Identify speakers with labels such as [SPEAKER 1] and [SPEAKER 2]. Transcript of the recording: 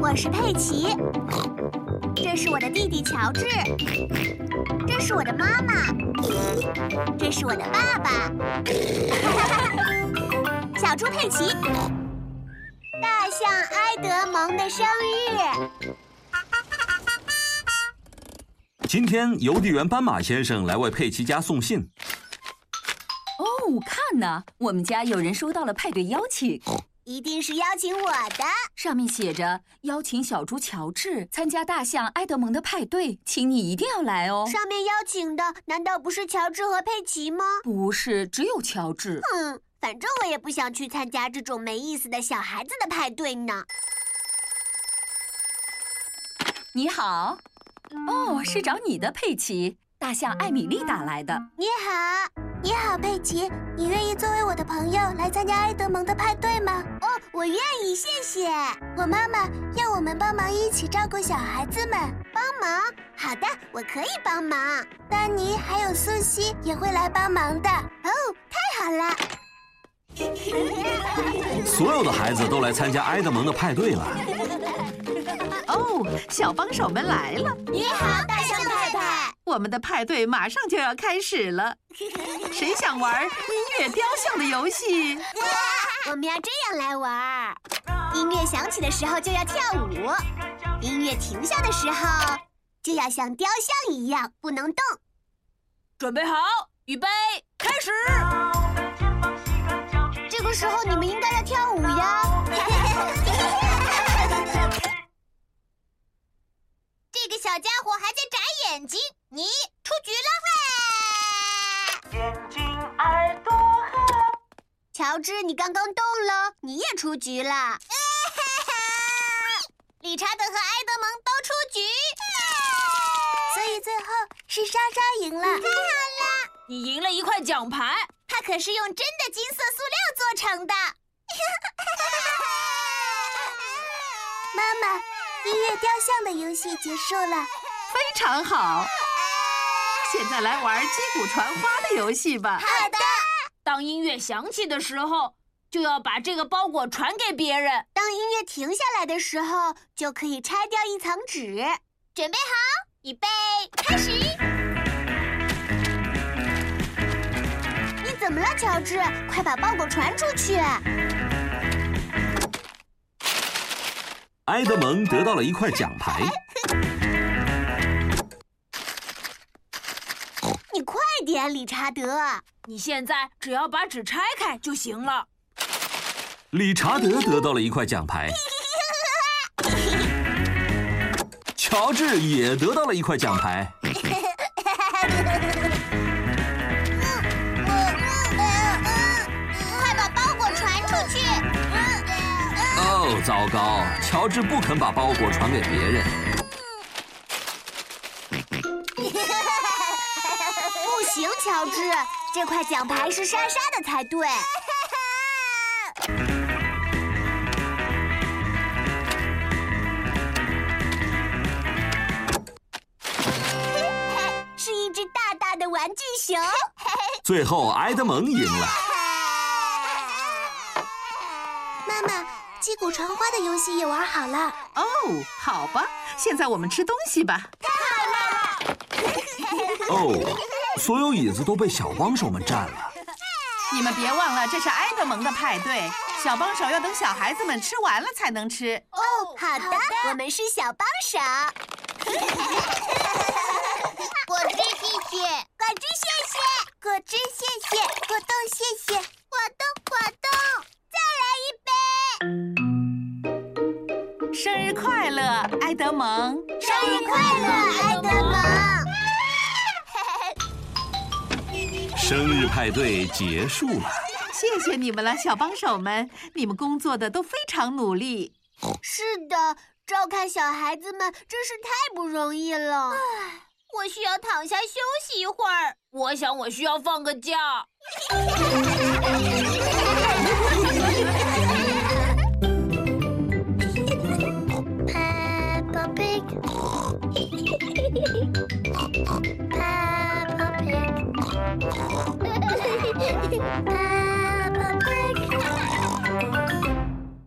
[SPEAKER 1] 我是佩奇，这是我的弟弟乔治，这是我的妈妈，这是我的爸 爸。小猪佩奇，大象埃德蒙的生日。
[SPEAKER 2] 今天邮递员斑马先生来为佩奇家送信。
[SPEAKER 3] 哦，看呐，我们家有人收到了派对邀请。
[SPEAKER 1] 一定是邀请我的，
[SPEAKER 3] 上面写着邀请小猪乔治参加大象埃德蒙的派对，请你一定要来哦。
[SPEAKER 1] 上面邀请的难道不是乔治和佩奇吗？
[SPEAKER 3] 不是，只有乔治。
[SPEAKER 1] 嗯，反正我也不想去参加这种没意思的小孩子的派对呢。
[SPEAKER 3] 你好，哦，是找你的佩奇，大象艾米丽打来的。
[SPEAKER 1] 你好。
[SPEAKER 4] 你好，佩奇，你愿意作为我的朋友来参加埃德蒙的派对吗？
[SPEAKER 1] 哦，我愿意，谢谢。
[SPEAKER 4] 我妈妈要我们帮忙一起照顾小孩子们，
[SPEAKER 1] 帮忙。好的，我可以帮忙。
[SPEAKER 4] 丹尼还有苏西也会来帮忙的。哦，
[SPEAKER 1] 太好了！
[SPEAKER 2] 所有的孩子都来参加埃德蒙的派对了。
[SPEAKER 5] 哦，小帮手们来了。
[SPEAKER 1] 你好，大象太太。
[SPEAKER 5] 我们的派对马上就要开始了，谁想玩音乐雕像的游戏？
[SPEAKER 1] 我们要这样来玩：音乐响起的时候就要跳舞，音乐停下的时候就要像雕像一样不能动。
[SPEAKER 6] 准备好，预备，开始！
[SPEAKER 1] 这个时候你们应该要跳舞呀。
[SPEAKER 7] 这个小家伙还在眨眼睛。你出局了！
[SPEAKER 8] 嘿，眼睛、耳朵和……
[SPEAKER 1] 乔治，你刚刚动了，你也出局了。啊、哈
[SPEAKER 7] 哈 理查德和埃德蒙都出局，
[SPEAKER 4] 啊、所以最后是莎莎赢了。太好
[SPEAKER 7] 了，
[SPEAKER 6] 你赢了一块奖牌，
[SPEAKER 7] 它可是用真的金色塑料做成的。
[SPEAKER 4] 妈妈，音乐雕像的游戏结束了，
[SPEAKER 5] 非常好。现在来玩击鼓传花的游戏吧。
[SPEAKER 7] 好的。
[SPEAKER 6] 当音乐响起的时候，就要把这个包裹传给别人。
[SPEAKER 1] 当音乐停下来的时候，就可以拆掉一层纸。
[SPEAKER 7] 准备好，预备，开始。
[SPEAKER 1] 你怎么了，乔治？快把包裹传出去。
[SPEAKER 2] 埃德蒙得到了一块奖牌。
[SPEAKER 1] 你快点，理查德！
[SPEAKER 6] 你现在只要把纸拆开就行了。
[SPEAKER 2] 理查德得到了一块奖牌，乔治也得到了一块奖牌。
[SPEAKER 7] 快把包裹传出去！
[SPEAKER 2] 哦，糟糕！乔治不肯把包裹传给别人。
[SPEAKER 1] 不行，乔治，这块奖牌是莎莎的才对。 是一只大大的玩具熊。
[SPEAKER 2] 最后，埃德蒙赢了。
[SPEAKER 4] 妈妈，击鼓传花的游戏也玩好了。
[SPEAKER 5] 哦，好吧，现在我们吃东西吧。
[SPEAKER 2] 哦，所有椅子都被小帮手们占了。
[SPEAKER 5] 你们别忘了，这是埃德蒙的派对，小帮手要等小孩子们吃完了才能吃。
[SPEAKER 1] 哦，好的，好的我们是小帮手。
[SPEAKER 7] 果汁谢谢，
[SPEAKER 4] 果汁谢谢，果汁谢谢，果冻谢谢，
[SPEAKER 7] 果冻果冻，再
[SPEAKER 5] 来一杯。生日快乐，埃德蒙！
[SPEAKER 1] 生日快乐，埃德蒙！
[SPEAKER 2] 生日派对结束了，
[SPEAKER 5] 谢谢你们了，小帮手们，你们工作的都非常努力。
[SPEAKER 1] 是的，照看小孩子们真是太不容易了。
[SPEAKER 7] 我需要躺下休息一会儿，
[SPEAKER 6] 我想我需要放个假。